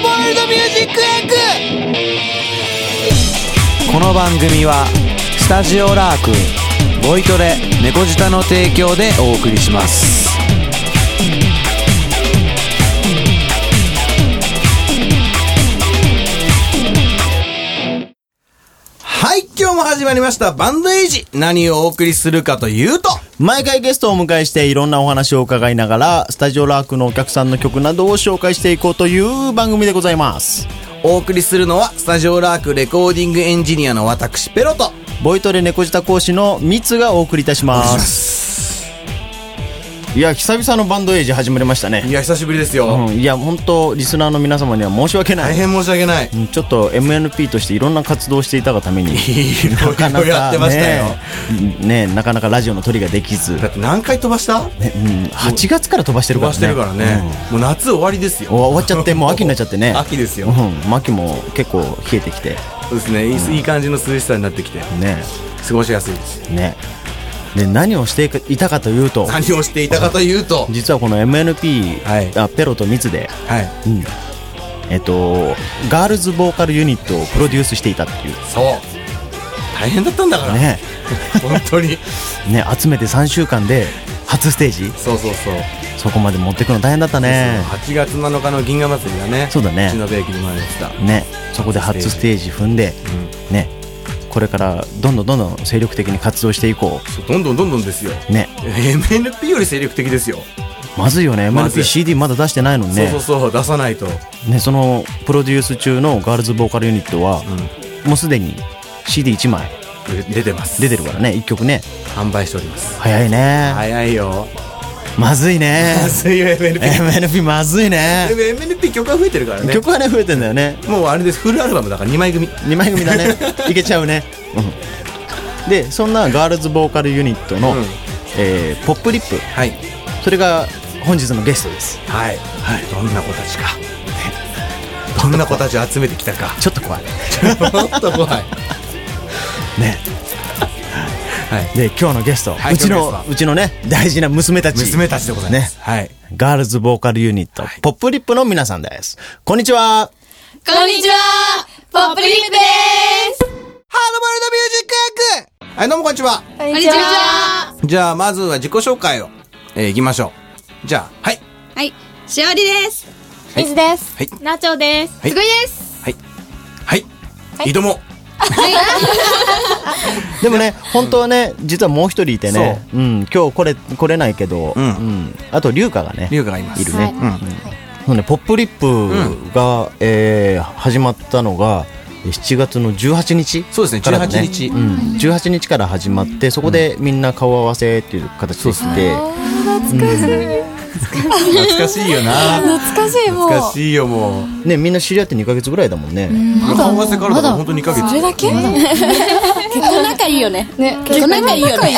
エクエこの番組はスタジオラークボイトレ猫舌の提供でお送りしますはい今日も始まりましたバンドエイジ何をお送りするかというと毎回ゲストをお迎えしていろんなお話を伺いながら、スタジオラークのお客さんの曲などを紹介していこうという番組でございます。お送りするのはスタジオラークレコーディングエンジニアの私ペロとボイトレ猫舌講師のミツがお送りいたします。いや、久々のバンドエイジ始まりましたね。いや久しぶりですよ、うん、いや、本当リスナーの皆様には申し訳な大い。変申し訳ないうんちょっと MNP としていろんな活動をしていたがために。いろいろやってましたよ、ねねなかなかラジオの取りができず、ねだって何回飛ばしたうん、8月から飛ばしてる飛ばしてからねるからね、もう夏終わりですうんおよ終わっちゃってもう秋になっちゃってね秋ですよ、うん、秋も結構冷えてきてそうですねいい,、いい感じの涼しさになってきてね過ごしやすいですねで何をしていたかというと何をしていたかというと実はこの MNP、はいあペロとミツで、はいうんえっと、ガールズボーカルユニットをプロデュースしていたっていうそう大変だったんだから、ね本当にね集めて3週間で初ステージそうそうそう、そこまで持ってくの大変だったね8月7日の銀河祭りがねそうだね忍駅に前でしたねそこで初ステージ踏んで、ねこれからどんどんどんどん精力的に活動していこそうどんどんどんどんですようね MNP より精力的ですよ、まずいよねまずい MNPCD まだ出してないのにねそうそうそう出さないとね、そのプロデュース中のガールズボーカルユニットは、もうすでに CD1 枚出てます出てるからね1曲ね販売しております早いね、早いよまずいね水曜 MNP MNP まずいねでも MNP 曲が増えてるからね曲はね増えてんだよねもうあれですフルアルバムだから2枚組2枚組 だねいけちゃうね、うん、でそんなガールズボーカルユニットの、うんえーポップリップはいそれが本日のゲストですはい、はい、どんな子たちかどんな子たちを集めてきたかちょっと怖いもっと怖いねはいで今日のゲスト、はいうち今の日のゲストうちのね大事な娘たち娘たちでございます、はいガールズボーカルユニット、はいポップリップの皆さんです。こんにちは。クこんにちはポップリップですハードボイルドミュージックエッグはいどうもこんにちはこんにちはじゃあまずは自己紹介を、えー、いきましょうじゃあはいはい、しおりです。はい水です。はいナチョです。はいすごいです。はいはい、はい、いともでもね、本当はね、実はもう一人いてね、うん、今日来れ、来れないけど、ううんん、あと、龍華がね、龍華がいますいるね。はいうんそうね、ポップリップが、えー始まったのが、7月の18日そうですねからだね18日うん、18日から始まってそこでみんな顔合わせっていう形でして、懐かしいよな懐かしい、もう。懐かしいよもうね、みんな知り合って2ヶ月ぐらいだもんね、顔合わせからだから本当に2ヶ月それだけ、結構仲いいよね。ね、結構仲いいよね。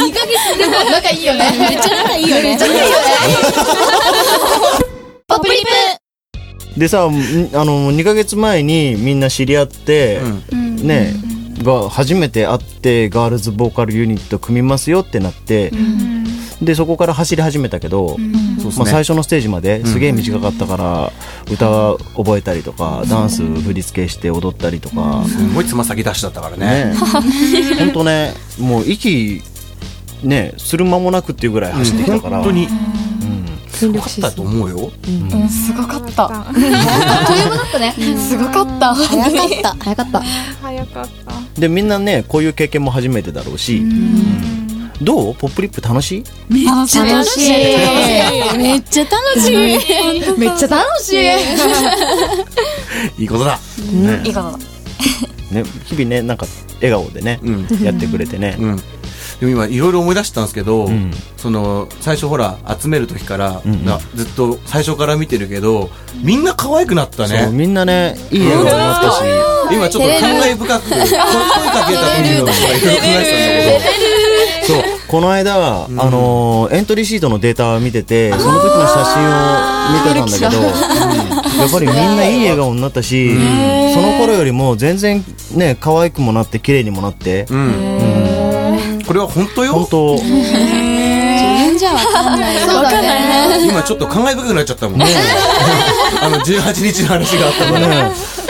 二ヶ月でも仲いいよね。めっちゃ仲いいよね。ポップリップでさんあの2ヶ月前にみんな知り合って、ねが初めて会ってガールズボーカルユニット組みますよってなって、でそこから走り始めたけど、そうっすまあ、ね最初のステージまですげえ短かったから、歌覚えたりとか、ダンス振り付けして踊ったりとか、すごいつま先出しだったからねね本当ねもう息ねする間もなくっていうぐらい走ってきたから、本当に、うん、よかったと思うようん、すごか った。あっという間だったね。すごかった。早かった。早かった。早かったでみんなねこういう経験も初めてだろうし、どうポップリップ楽しい楽しい。めっちゃ楽しい。めっちゃ楽しい。いいことだいいことだ。ね、日々ねなんか笑顔でね、うんやってくれてね、うんでも今いろいろ思い出したんですけど、んその最初ほら集める時から、んうんなずっと最初から見てるけどみんな可愛くなったそうねみんなねいい笑顔になったし今ちょっと感慨深く声かけた時のことがいろいろ考えてたんだけどそうこの間は、あのーエントリーシートのデータを見ててその時の写真を見てたんだけ ど、うんやっぱりみんないい笑顔になったし、その頃よりも全然ね可愛くもなって綺麗にもなって、うん、これは本当よ本当全じゃわかんない。そう だね。今ちょっと感慨深くなっちゃったもんね あの18日の話があったもんねな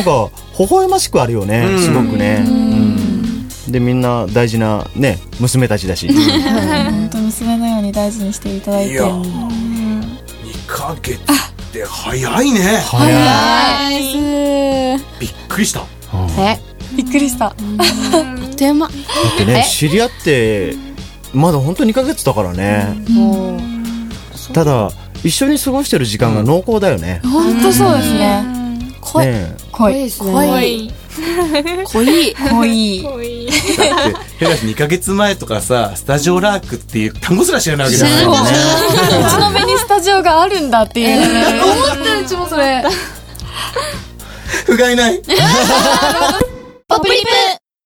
んか微笑ましくあるよね、うんすごくね、うんでみんな大事なね娘たちだし、本当娘のように大事にしていただいいて。や2ヶ月って早いね早いナイスびっくりしたびっくりした。あっというだ間。ってね知り合ってまだ本当2ヶ月だからね、もうただ一緒に過ごしてる時間が濃厚だよね、本当そうですね。濃いね濃いですね。濃い。濃い濃い。だってヘラシ2ヶ月前とかさスタジオラークっていう単語すら知らないわけじゃないそう うちの目にスタジオがあるんだっていうね。思ったうちもそれ。不甲斐ないポップリッ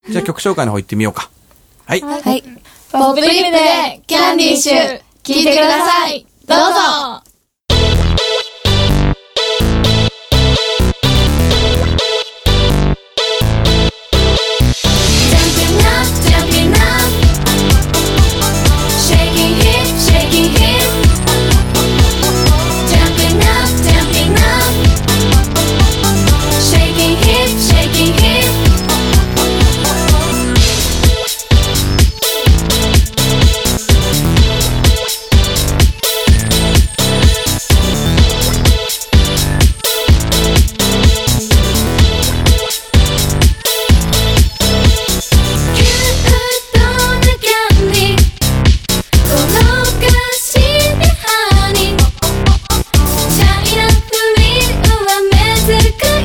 プじゃあ曲紹介の方行ってみようかはいポップリップでキャンディッシュ聞いてくださいどうぞキュートなキャンディー転がして歯にシャイなフリルは目遣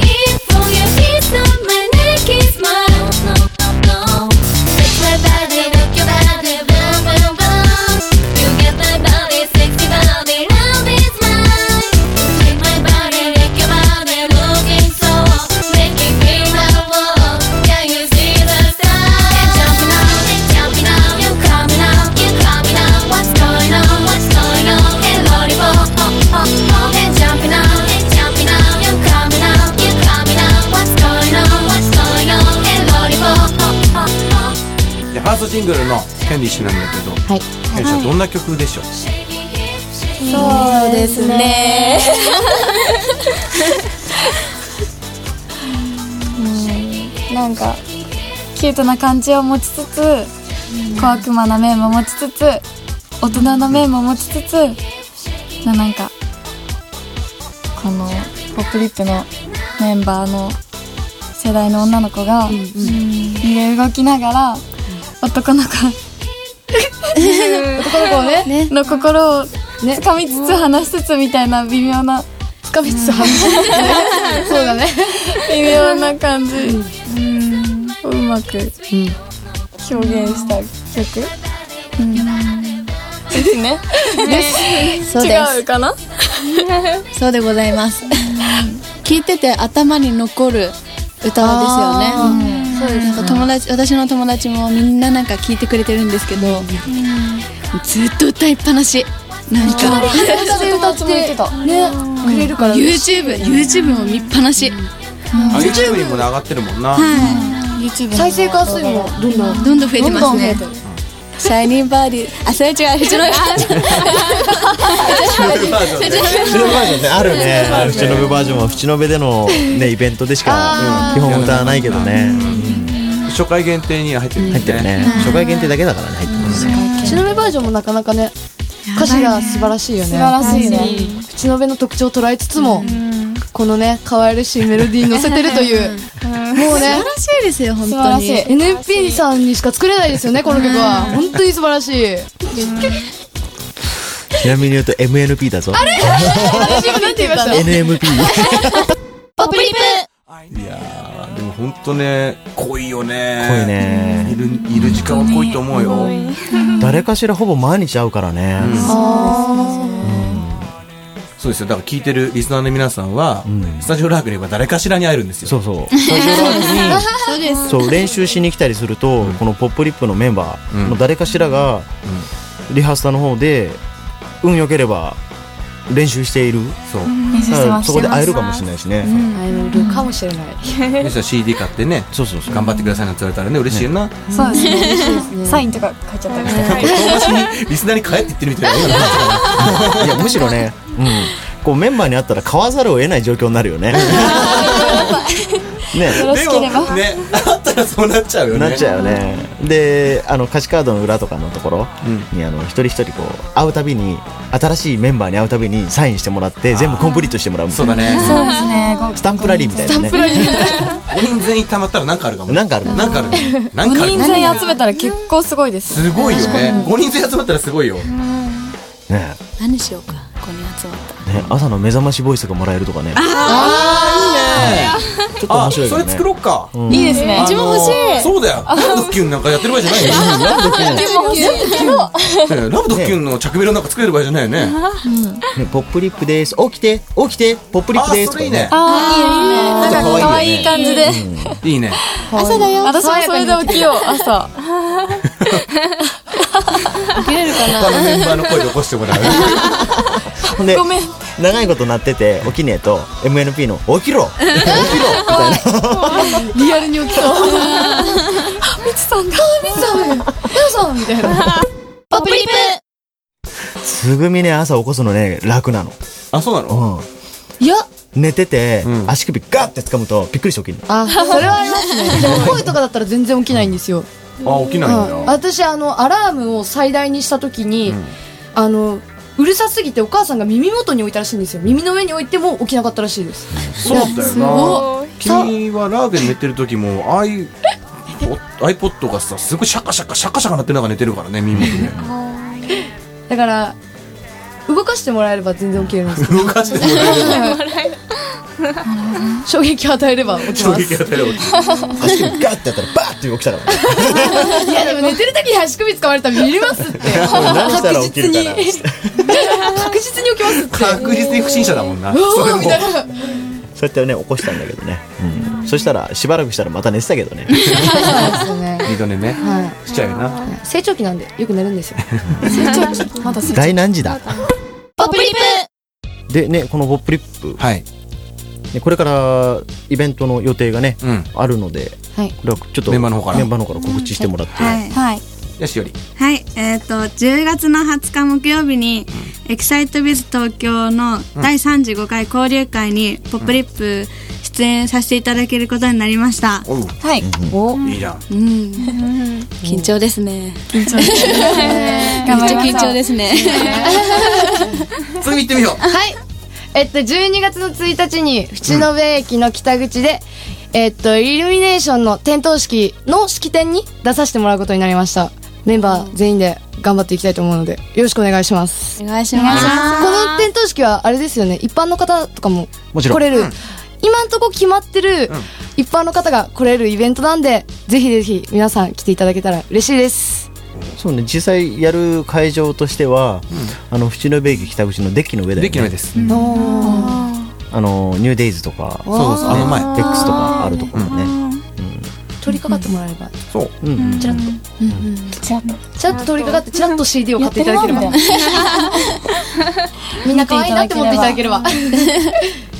い For your kiss on my neck is mine No, no, no Touch my body, rock your body, blah, blah, blah You get my body, sexy body, love is mine Take my body, rock your body, looking so Make me feel my world, can you see the stars? You're jumping out, you're jumping out, you're coming out, you're coming out What's going on, what's going on? Hey, lollipop, oh, oh, oh You're jumping out, you're jumping out, you're coming out, you're coming out What's going on, what's going on? Hey, lollipop, oh, oh, oh でファーストシングルの「キャンディッシュ」なんだけど、はい、キャンディッシュはどんな曲でしょう、そうですね。なんかキュートな感じを持ちつつ小悪魔な面も持ちつつ大人の面も持ちつつななんかこのポップリップのメンバーの世代の女の子が揺れ動きながら男の子男の子をねの心を掴みつつ離しつつみたいな微妙な掴みつつ離し そうだね。微妙な感じをうまく表現した曲、ですねそうで違うかなす。そうでございます。聞いてて頭に残る歌ですよね。そうです。なんか友達、私の友達もみんななんか聞いてくれてるんですけど、ずっと歌いっぱなし。なんか。歌って言ってたね、くれるから YouTube、YouTube も見っぱなし、あ YouTube にもね上がってるもんな、 YouTube 再生回数もどんどんどんどん増えてますねどんどん増シャイニーバーディーあそれ違 ううちのバージョンでフチノブバージョンねあるねフチノブバージョンはフチノベでの、ね、イベントでしか基本歌わないけどね初回限定には入ってるんだ入ってるね初回限定だけだからね入ってますね口のべバージョンもなかなかね歌詞が素晴らしいよね素晴らしいね口のべの特徴を捉えつつもこのね可愛らしいメロディーに乗せてるというも素晴うねらしいですよ本素晴当らしにい NP さんにしか作れないですよねこの曲は本当に素晴らしいちなみに言うと MNP だぞ なんて言いました NMP ポップリップいやーでもほんとね濃いよね濃いねいるいる時間は濃いと思うよ誰かしらほぼ毎日会うからね、そうですよだから聞いてるリスナーの皆さんは、スタジオラークに行けば誰かしらに会えるんですよそうそうスタジオライブにそう練習しに来たりすると、この「ポップリップのメンバーの誰かしらが、リハーサルの方で運良ければ練習しているそう練習してうまんすそこで会えるかもしれないしね、会えるかもしれない。皆さん CD 買ってねそうそうそう 頑張ってくださいなんて言われたらね嬉しいよなそうですねサインとか書いちゃったりしてなんか遠回しにリスナーに帰って言ってるみたいな今の話だないやむしろね、うん、こうメンバーに会ったら買わざるを得ない状況になるよ ね。ね、よろしければでもねあったらそうなっちゃうよねなっちゃうよね。で、あの歌詞カードの裏とかのところに、あの一人一人こう会うたびに新しいメンバーに会うたびにサインしてもらって全部コンプリートしてもらうみたそういなだねそうですねごスタンプラリーみたいなね。 5人全員溜まったら何かあるかもなんかあるねなんかあるねなんかあ5る人ね全員集めたら結構すごいですすごいよね5人全員集まったらすごいよね何しようかここに集まったらね朝の目覚ましボイスがもらえるとかね。ちょっとあそ面白いよれね作。ろうかんいいですね一番欲しいそうだよラブドッキュンなんかやってる場合じゃないよねえラブドッキュンの着メロなんか作れる場合じゃないよねねポップリップです。起きて起きてポップリップあです。それいいねとかああいいですねなんか可愛い感じでいいね朝だよ私もそれで起きよう朝起きれるかな他のメンバーの声で起こしてもらうほんでごめん長いこと鳴ってて起きねえと MNP の「起きろ起きろ」みたいなリアルに起きそう。すぐみね朝起こすのね楽なの、 あそうなのうん、いや寝てて、うん足首ガッて掴むとびっくりして起きるのあ、それはありますね。でも声とかだったら全然起きないんですよ。あ起きないうんんだ私あのアラームを最大にした時に、あのうるさすぎてお母さんが耳元に置いたらしいんですよ耳の上に置いても起きなかったらしいですそうだよな君はラーメン寝てる時もああいうお iPod がさすごいシャカシャカシャカシャカ鳴ってる中寝てるからね耳元でだから動かしてもらえれば全然起きれます動かしてもらえる衝撃を与えれば起き衝ま撃す当たるよ足首ガッてやったらバーって起きたからいやでも寝てる時に足首掴まれたらビビりますっ て何したら起きるかな確実に確実に起きますって確実に不審者だもんなそれおーもみたいなそうやってね起こしたんだけどね、うん、そしたらしばらくしたらまた寝てたけどねそうですね二度寝ねはしちゃうよない成長期なんでよく寝るんですよまだ大難事だポップリップでねこのポップリップ、はいね、これからイベントの予定がね、うんあるので、はいこれはちょっとメンバーの方からメンバーの方から告知してもらって、はい。はいよしよりはい、えっ、と、10月の20日木曜日に、エキサイトビズ東京の第35回交流会に、ポップリップ出演させていただけることになりました。おうはいいいじゃんうん 緊張ですね めっ頑張ちりゃましょ緊う張ですね次行ってみようはい。えっと、12月の1日に、淵野辺駅の北口で、えっと、イルミネーションの点灯式の式典に出させてもらうことになりました。メンバー全員で頑張っていきたいと思うので、よろしくお願いします。お願いしますこの点灯式は、あれですよね、一般の方とかももちろん来れる。今んとこ決まってる、一般の方が来れるイベントなんで、ぜひぜひ皆さん来ていただけたら嬉しいです。そうね実際やる会場としては、あの淵野辺駅北口のデッキの上だよね できないですあのニューデイズとかそうそうそうあの前テックスとかあるところね、取り掛かってもらえれば。そううんうん、ちゃんと通りかかってチラッと CD を買っていただければみんな可愛いなって思っていただければ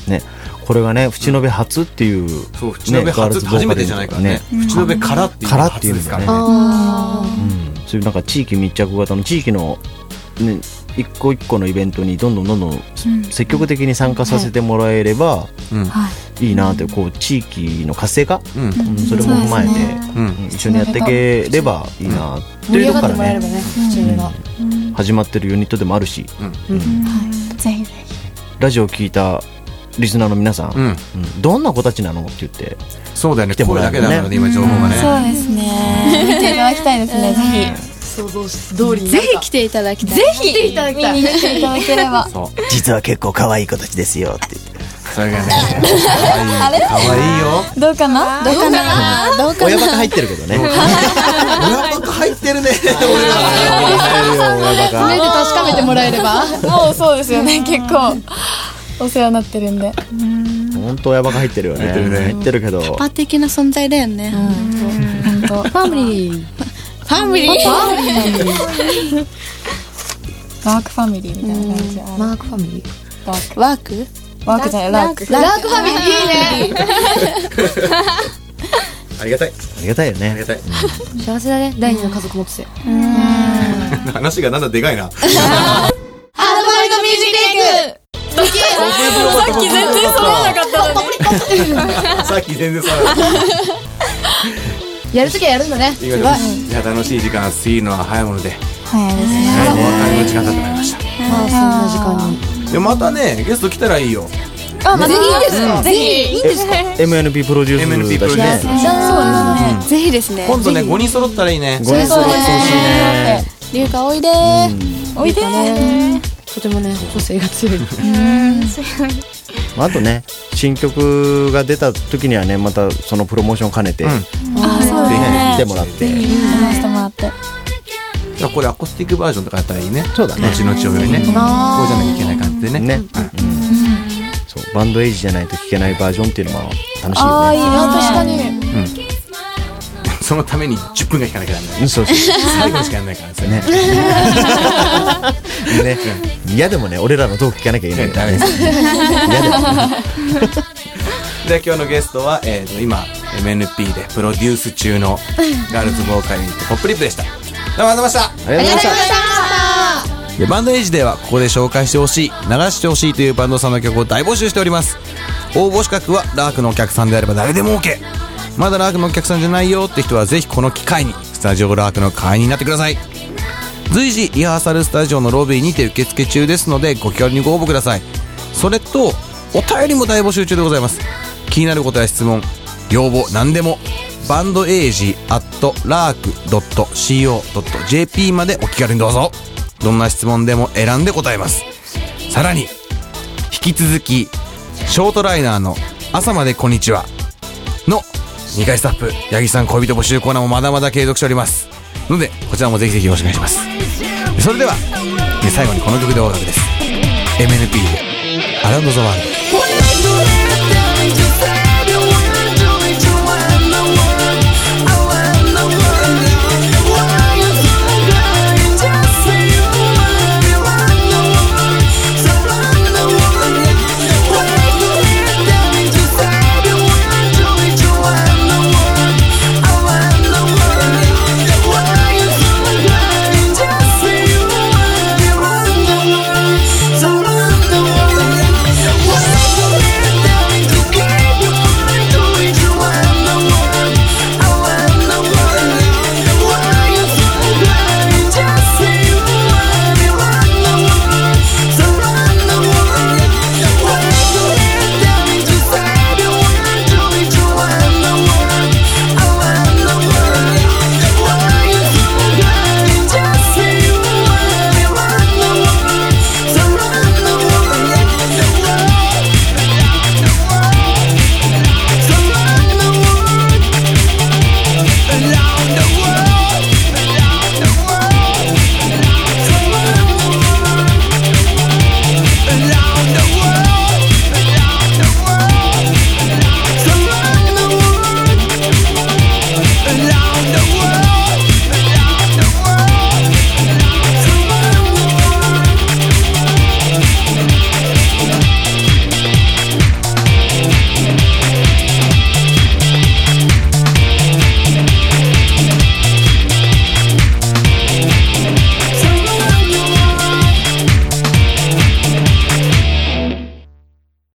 ねこれがね淵野辺初っていう、そう淵野辺ガール初ズボーカル初めてじゃないからね淵野辺からっていうのが初ですからねからあそういうなんか地域密着型の地域の、ね、一個一個のイベントにどんどんどんどん積極的に参加させてもらえればうんいいなってこう地域の活性化、うんうんそれも踏まえて、うんうん一緒にやっていければいいなって盛りいうと上がこかってもらえれらばねね自分が始まってるユニットでもあるしぜひぜラジオを聞いたリスナーの皆さん、うんうんどんな子たちなのって言ってそうだよね来ても声らえだるねけだからね今情報がひそうねですね見ていただきたいですねぜ想像通りにぜひ来ていただきたいひぜひ見に来ていただければそう実は結構可愛い子たちですよって言ってそれがね可愛いよどうかなどうかなどうか親なバカ入ってるけ どね親バカ入ってるね入るよ親バカ目で確かめてもらえればもうそうですよね結構お世話になってるんで本当親バカ入ってるよね入ってるね入ってるけどパー的な存在だよねファミリーファミリーワークファミリーみたいな感じあるマークファミリーワークワークワークじゃないラークラークファミリーいいねありがたいありがたいよありねがたい幸せだね第二の家族持ってて話がなんだでかい なハードボイルドミュージックさっき全然揃わなかったのに さっき全然揃わな かっやるときはやるんだねたいや楽しい時間過ぎるのは早いもので早いですね早いねだいぶ時間経ってまいりましたまあそんな時間にでまたねゲスト来たらいいよあまたぜひいいんですか MNP プロデュース MNP プだロしデューねスぜひですね今度ね5人揃ったらいいねごめんなさいね龍香おいでーおいでとてもね個性が強いまああとね新曲が出た時にはねまたそのプロモーション兼ねて、うんぜひね来てもらって話してもらってじゃあこれアコースティックバージョンとかやったらいいねそうだね後々よりねこうじゃなきゃいけない感じでねね、そうバンドエイジじゃないと聴けないバージョンっていうのも楽しいあよあいねい確かに そのために10分が引かなきゃなん ないうんそうそう最後しかやんないからですよねねねいやでもね俺らのトーク聞かなきゃいけないか らねね嫌 でもで今日のゲストは、えーと、今 MNP でプロデュース中のガールズボーカルユニットポップリップでしたどうもありがとうございましたありがとうございましたでバンドエイジではここで紹介してほしい流してほしいというバンドさんの曲を大募集しております応募資格はラークのお客さんであれば誰でも OK まだラークのお客さんじゃないよって人はぜひこの機会にスタジオラークの会員になってください随時リハーサルスタジオのロビーにて受付中ですのでご気軽にご応募くださいそれとお便りも大募集中でございます気になることや質問要望何でもバンドエイジ at lark.co.jp までお気軽にどうぞどんな質問でも選んで答えますさらに引き続きショートライナーの「朝までこんにちは」の2回スタッフ八木さん恋人募集コーナーもまだまだ継続しておりますのでこちらもぜひぜひよろしくお願いしますそれではえ最後にこの曲でお別れです MNP アラウンド・ザ・ワールド